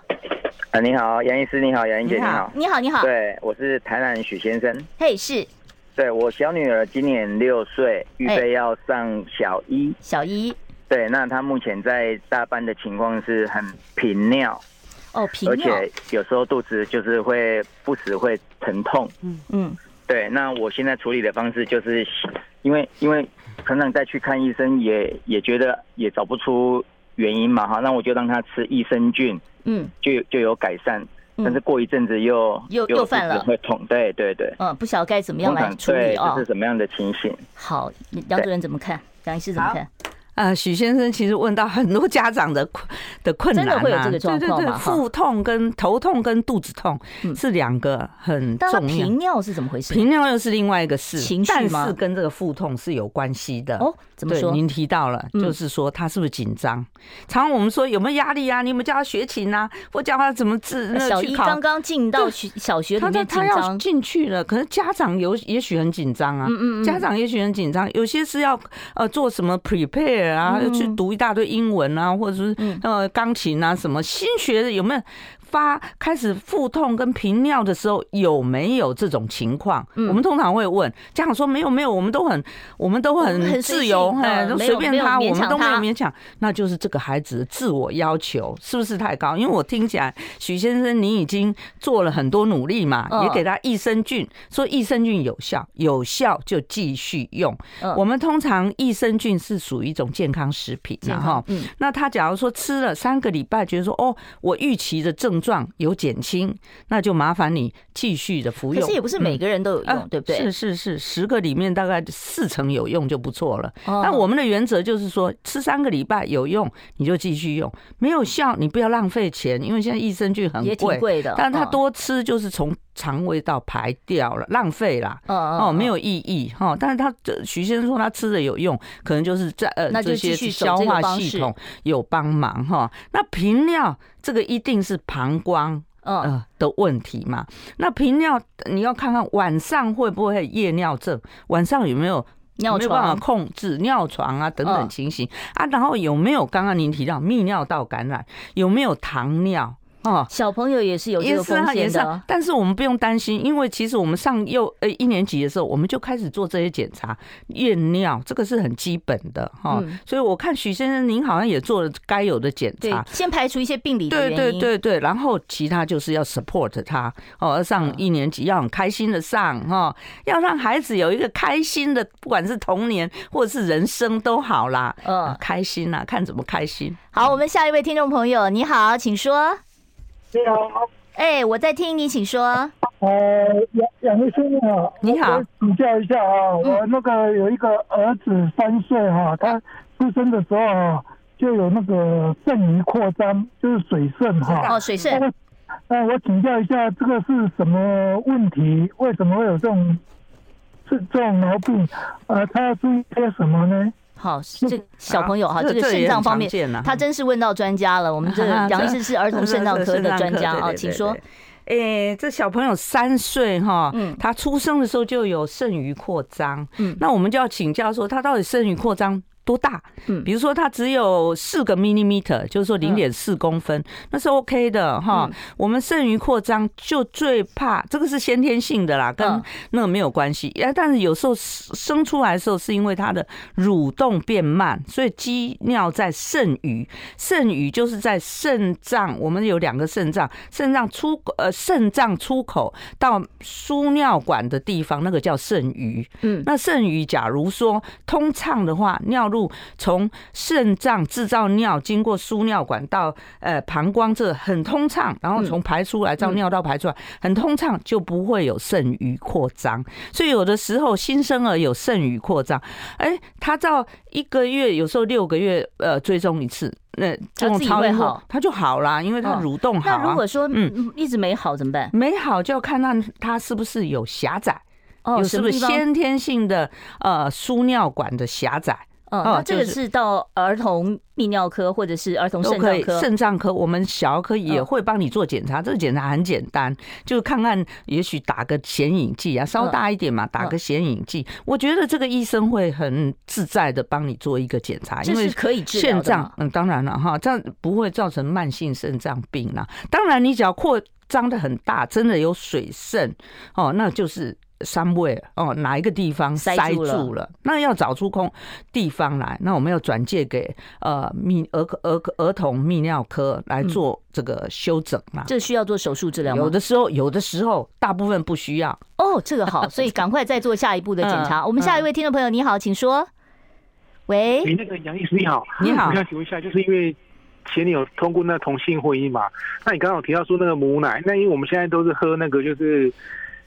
S5: 啊，你好，杨医师，你好，杨英姐，
S2: 你
S5: 你
S2: 好
S5: 好。
S1: 你好，你好，
S5: 对，我是台南许先生。
S1: 嘿，是
S5: 对我小女儿今年六岁，预
S1: 哎
S5: 备要上小一。
S1: 小一
S5: 对，那她目前在大班的情况是很频尿，
S1: 哦，平
S5: 而
S1: 尿，
S5: 且有时候肚子就是会不时会疼痛。
S1: 嗯，
S5: 对，那我现在处理的方式就是，因为因为常常再去看医生也也觉得也找不出原因嘛哈，那我就让她吃益生菌，
S1: 嗯
S5: 就就有改善。
S1: 嗯
S5: 但是过一阵子又
S1: 又又犯了
S5: 肚子会痛，对对对。
S1: 嗯，不晓得该怎么样
S5: 通
S1: 来
S5: 常
S1: 处理
S5: 对，
S1: 哦
S5: 这是。什么样的情形？
S1: 好，杨主任怎么看？杨医师怎么看？
S2: 啊，许先生其实问到很多家长的困的困难、啊，
S1: 真的会有这个状况
S2: 对对
S1: 吗
S2: 对，
S1: 哈
S2: 腹痛跟头痛跟肚子痛
S1: 嗯
S2: 是两个很
S1: 但他
S2: 重要。
S1: 平尿是怎么回事？
S2: 频尿又是另外一个事，
S1: 情绪
S2: 但
S1: 吗
S2: 是跟这个腹痛是有关系的。
S1: 哦，怎么
S2: 对，
S1: 说？
S2: 您提到了，
S1: 嗯
S2: 就是说他是不是紧张？常常我们说有没有压力啊？你有没有叫他学琴啊？或叫他怎么自那
S1: 呃小
S2: 个去
S1: 一
S2: 考？
S1: 刚刚进到学小学里
S2: 他
S1: 面紧
S2: 他要
S1: 张，
S2: 进去了，可是家长有也许很紧张啊，
S1: 嗯嗯嗯
S2: 家长也许很紧张，有些是要呃做什么 prepare 啊，
S1: 嗯
S2: 要去读一大堆英文啊，或者是
S1: 嗯
S2: 呃钢琴啊什么新学的有没有发开始腹痛跟频尿的时候有没有这种情况？
S1: 嗯
S2: 我们通常会问家长说没有没有，我们都很我们都
S1: 我们很
S2: 很
S1: 随
S2: 自由，
S1: 性
S2: 哎，
S1: 嗯
S2: 都
S1: 没
S2: 随
S1: 有
S2: 便
S1: 没有
S2: 他，
S1: 勉
S2: 我们
S1: 强
S2: 都没有
S1: 他
S2: 勉强，那就是这个孩子的自我要求是不是太高？因为我听起来许先生你已经做了很多努力嘛，
S1: 嗯
S2: 也给他益生菌，说益生菌有效，有效就继续用。
S1: 嗯
S2: 我们通常益生菌是属于一种健康食品，
S1: 健
S2: 然
S1: 康
S2: 后，
S1: 嗯
S2: 那他假如说吃了三个礼拜，觉得说哦，我预期的症状有减轻，那就麻烦你继续的服
S1: 可
S2: 用。
S1: 是也不是
S2: 嗯
S1: 每个人都有
S2: 啊
S1: 用，对不对？
S2: 是是是，十个里面大概四成有用就不错了。
S1: 哦
S2: 那我们的原则就是说，吃三个礼拜有用你就继续用，没有效你不要浪费钱，因为现在益生菌很
S1: 也挺
S2: 贵，
S1: 贵的，
S2: 但它
S1: 嗯
S2: 多吃就是从肠胃道排掉了，浪费啦。
S1: 嗯嗯
S2: 哦，
S1: 嗯
S2: 没有意义哈、哦，但是他这徐先生说他吃的有用，可能就是在呃
S1: 那就
S2: 这
S1: 继
S2: 些
S1: 续走
S2: 消
S1: 这个
S2: 化
S1: 方
S2: 系
S1: 式
S2: 统有帮忙哈、那频尿这个一定是膀胱
S1: 嗯
S2: 呃的问题嘛。那频尿你要看看晚上会不会夜尿症，晚上有没有
S1: 尿
S2: 没有办法
S1: 床
S2: 控制尿床啊等
S1: 嗯
S2: 等情形、啊，然后有没有刚刚您提到泌尿道感染，有没有糖尿哦？
S1: 小朋友也是有这
S2: 也
S1: 个
S2: 是
S1: 风
S2: 啊，也
S1: 险
S2: 是
S1: 的
S2: 啊
S1: 哦，，
S2: 但是我们不用担心，因为其实我们上幼呃一年级的时候，我们就开始做这些检查，验尿这个是很基本的哈、
S1: 嗯
S2: 所以我看许先生您好像也做了该有的检
S1: 对
S2: 查，，
S1: 先排除一些病理的
S2: 对
S1: 原
S2: 啊对
S1: 因，
S2: 对对，然后其他就是要 support 他哦，要上一年级要很开心的上哈、哦，要让孩子有一个开心的，不管是童年或者是人生都好啦，
S1: 嗯
S2: 啊开心啦、看怎么开心。
S1: 好，我们下一位听众朋友，你好，请说。
S6: 你好，
S1: 哎、我在听你，请说。
S6: 啊呃，杨杨医生你好，
S2: 你好
S6: 我请教一下啊，我那个有一个儿子三岁哈、他出生的时候啊，就有那个肾盂扩张，就是水肾哈、
S1: 哦，水肾，
S6: 那我请教一下，这个是什么问题？为什么会有这种这这种毛病？呃，他要注意些什么呢？
S1: 好，这小朋友哈，
S2: 这
S1: 这个
S2: 这也
S1: 肾脏
S2: 很
S1: 方
S2: 常
S1: 面
S2: 见啊，
S1: 他真是问到专家了。我 们 这杨医师是儿童肾脏科的专家啊，请说。
S2: 诶、这小朋友三岁哈
S1: 嗯，
S2: 他出生的时候就有肾盂扩张，
S1: 嗯
S2: 那我们就要请教说，他到底肾盂扩张多大，
S1: 嗯
S2: 比如说它只有四个 millimeter，就是说零点四公分，那是 OK 的哈。
S1: 嗯
S2: 我们剩余扩张就最怕这个是先天性的啦，跟
S1: 嗯
S2: 那个没有关系。哎，但是有时候生出来的时候是因为它的蠕动变慢，所以鸡尿在肾盂，肾盂就是在肾脏，我们有两个肾脏，肾脏出呃肾脏出口到输尿管的地方，那个叫肾盂。
S1: 嗯
S2: 那肾盂假如说通畅的话，尿路从肾脏制造尿，经过输尿管到呃膀胱这很通畅，然
S1: 嗯
S2: 后从排出来到尿道排出来、很通畅，就不会有肾盂扩张。所以有的时候新生儿有肾盂扩张，哎，他到一个月，有时候六个月，呃，追踪一次，那、这种
S1: 自己
S2: 超音
S1: 会
S2: 波
S1: 好
S2: 他就好啦，因为他
S1: 嗯
S2: 蠕动好、啊
S1: 那如果说
S2: 嗯
S1: 嗯一直没好怎么办？
S2: 没好，就要看到他是不是有狭窄，
S1: 哦，
S2: 有是
S1: 什
S2: 不
S1: 么
S2: 是
S1: 地方？
S2: 先天性的呃输尿管的狭窄。
S1: 哦，
S2: 哦
S1: 那这个
S2: 就是
S1: 是到儿童泌尿科或者是儿童
S2: 都
S1: 哦肾
S2: 可
S1: 脏
S2: 以，
S1: 科。
S2: 肾脏科我们小儿科也
S1: 嗯
S2: 会帮你做检查，这个检查很简单，就看看，也许打个显影剂啊，稍
S1: 嗯
S2: 大一点嘛，打个显影剂。我觉得这个医生会很自在的帮你做一个检查，
S1: 这
S2: 因为
S1: 是可以治疗
S2: 肾
S1: 的
S2: 脏
S1: 吗，
S2: 嗯，当然了哈，这样不会造成慢性肾脏病啦。当然，你只要扩张的很大，真的有水肾哦，那就是。三位哦，哪一个地方
S1: 塞
S2: 塞
S1: 住了
S2: 住了？那要找出空地方来，那我们要转介给呃泌儿科儿科儿童泌尿科来做这个修整嘛。
S1: 嗯这需要做手术治疗吗？
S2: 有的时候，有的时候，大部分不需要。
S1: 哦，这个 好，所以赶快再做下一步的检查。
S2: 嗯
S1: 我们下一位听众朋友，你好，请说。喂，
S7: 你那个杨医师你好，
S2: 哎你好
S7: 我想请问一下，就是因为前女友通过那同性婚姻嘛，那你刚刚有提到说那个母奶，那因为我们现在都是喝那个就是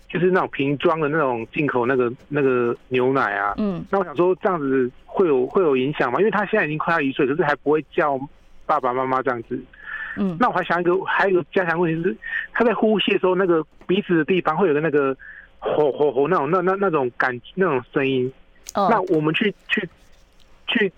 S7: 就是那种瓶装的那种进口那个那个牛奶啊，
S1: 嗯，
S7: 那我想说这样子会有会有影响吗？因为他现在已经快要一岁，可是还不会叫爸爸妈妈这样子。
S1: 嗯
S7: 那我还想一个，还有一个加强问题是，他在呼吸的时候，那个鼻子的地方会有个那个吼吼吼那种那那那种感那种声音。那
S1: 哦，
S7: 我们去去去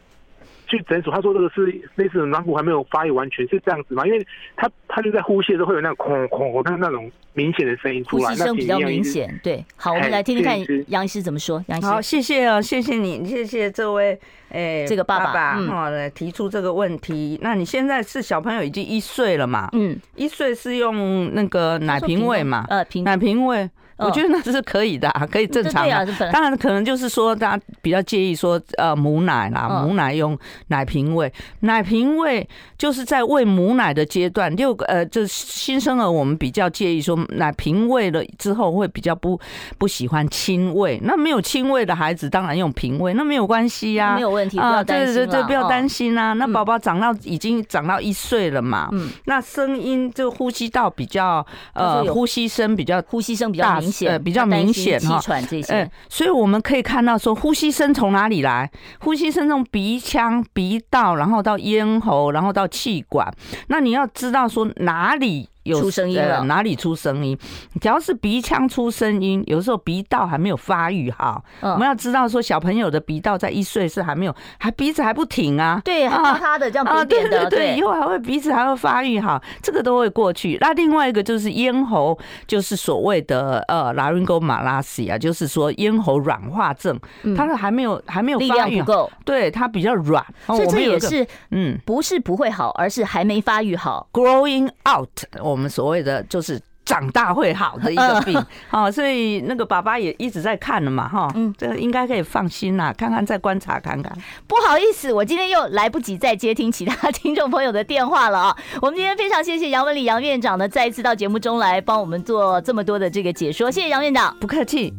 S7: 去诊所，他说这个是类似软骨还没有发育完全，是这样子吗？因为他他就在呼吸的时候会有那种空空空那那种明显的声音出
S1: 呼
S7: 来，
S1: 吸声比较
S7: 那请你
S1: 明显。对，好，我们
S7: 哎
S1: 来听听看
S7: 是是
S1: 杨医师怎么说。杨医
S2: 好，
S1: 师，
S2: 谢谢哦，谢谢你，谢谢这位诶、
S1: 这个爸爸
S2: 爸爸
S1: 嗯
S2: 哦来提出这个问题。那你现在是小朋友已经一岁了嘛？
S1: 嗯，
S2: 一岁是用那个奶
S1: 说
S2: 瓶
S1: 平
S2: 喂哎
S1: 衡
S2: 嘛？
S1: 呃，平
S2: 奶瓶喂，
S1: 嗯
S2: 我觉得那是可以的、啊，可以正常
S1: 对
S2: 的、
S1: 啊，这本来
S2: 当然，可能就是说大家比较介意说，呃，母奶啦，
S1: 嗯
S2: 母奶用奶瓶喂，奶瓶喂就是在喂母奶的阶段，六个呃，就是新生儿我们比较介意说，奶瓶喂了之后会比较不不喜欢亲喂。那没有亲喂的孩子，当然用瓶喂，那没有关系呀、
S1: 没有问题，不
S2: 啊，
S1: 要
S2: 对
S1: 担心
S2: 对对，不要担
S1: 心。
S2: 心啊。那
S1: 嗯
S2: 宝宝长到已经长到一岁了嘛，
S1: 嗯，
S2: 那声音就呼吸道比较
S1: 他
S2: 呃
S1: 说有
S2: 呼吸声比较
S1: 呼吸声比较
S2: 大呃
S1: 明显，
S2: 比较
S1: 他担
S2: 明
S1: 心
S2: 显
S1: 气
S2: 哈
S1: 喘这
S2: 哎，
S1: 些，
S2: 所以我们可以看到说，呼吸声从哪里来？呼吸声从鼻腔、鼻道，然后到咽喉，然后到气管。那你要知道说哪里。有
S1: 出声音了
S2: 呃哪里出声音？只要是鼻腔出声音，有时候鼻道还没有发育好。我们
S1: 嗯，
S2: 要知道说，小朋友的鼻道在一岁是还没有，还鼻子还不挺啊。
S1: 对，
S2: 啊
S1: 他他的这样扁
S2: 对
S1: 扁
S2: 对
S1: 的，
S2: 对，以
S1: 对，
S2: 后还会鼻子还会发育好，这个都会过去。那另外一个就是咽喉，就是所谓的呃 laryngomalacia，就是说咽喉软化症，它的还没有还没有
S1: 嗯力
S2: 发
S1: 量
S2: 育
S1: 不
S2: 好，
S1: 够，
S2: 对，它比较软。哦
S1: 所以
S2: 我
S1: 这
S2: 们有
S1: 也
S2: 一个
S1: 是
S2: 嗯。
S1: 不是不会好，而是还没发育好。
S2: growing out，我们所谓的就是。长大会好的一
S1: 嗯
S2: 个病，好、所以那个爸爸也一直在看了嘛，哈、
S1: 嗯
S2: 这个应该可以放心啦，看看再观察看看。
S1: 不好意思，我今天又来不及再接听其他听众朋友的电话了啊！ 我们今天非常谢谢杨文礼杨院长呢，再一次到节目中来帮我们做这么多的这个解说，谢谢杨院长。
S2: 不客气。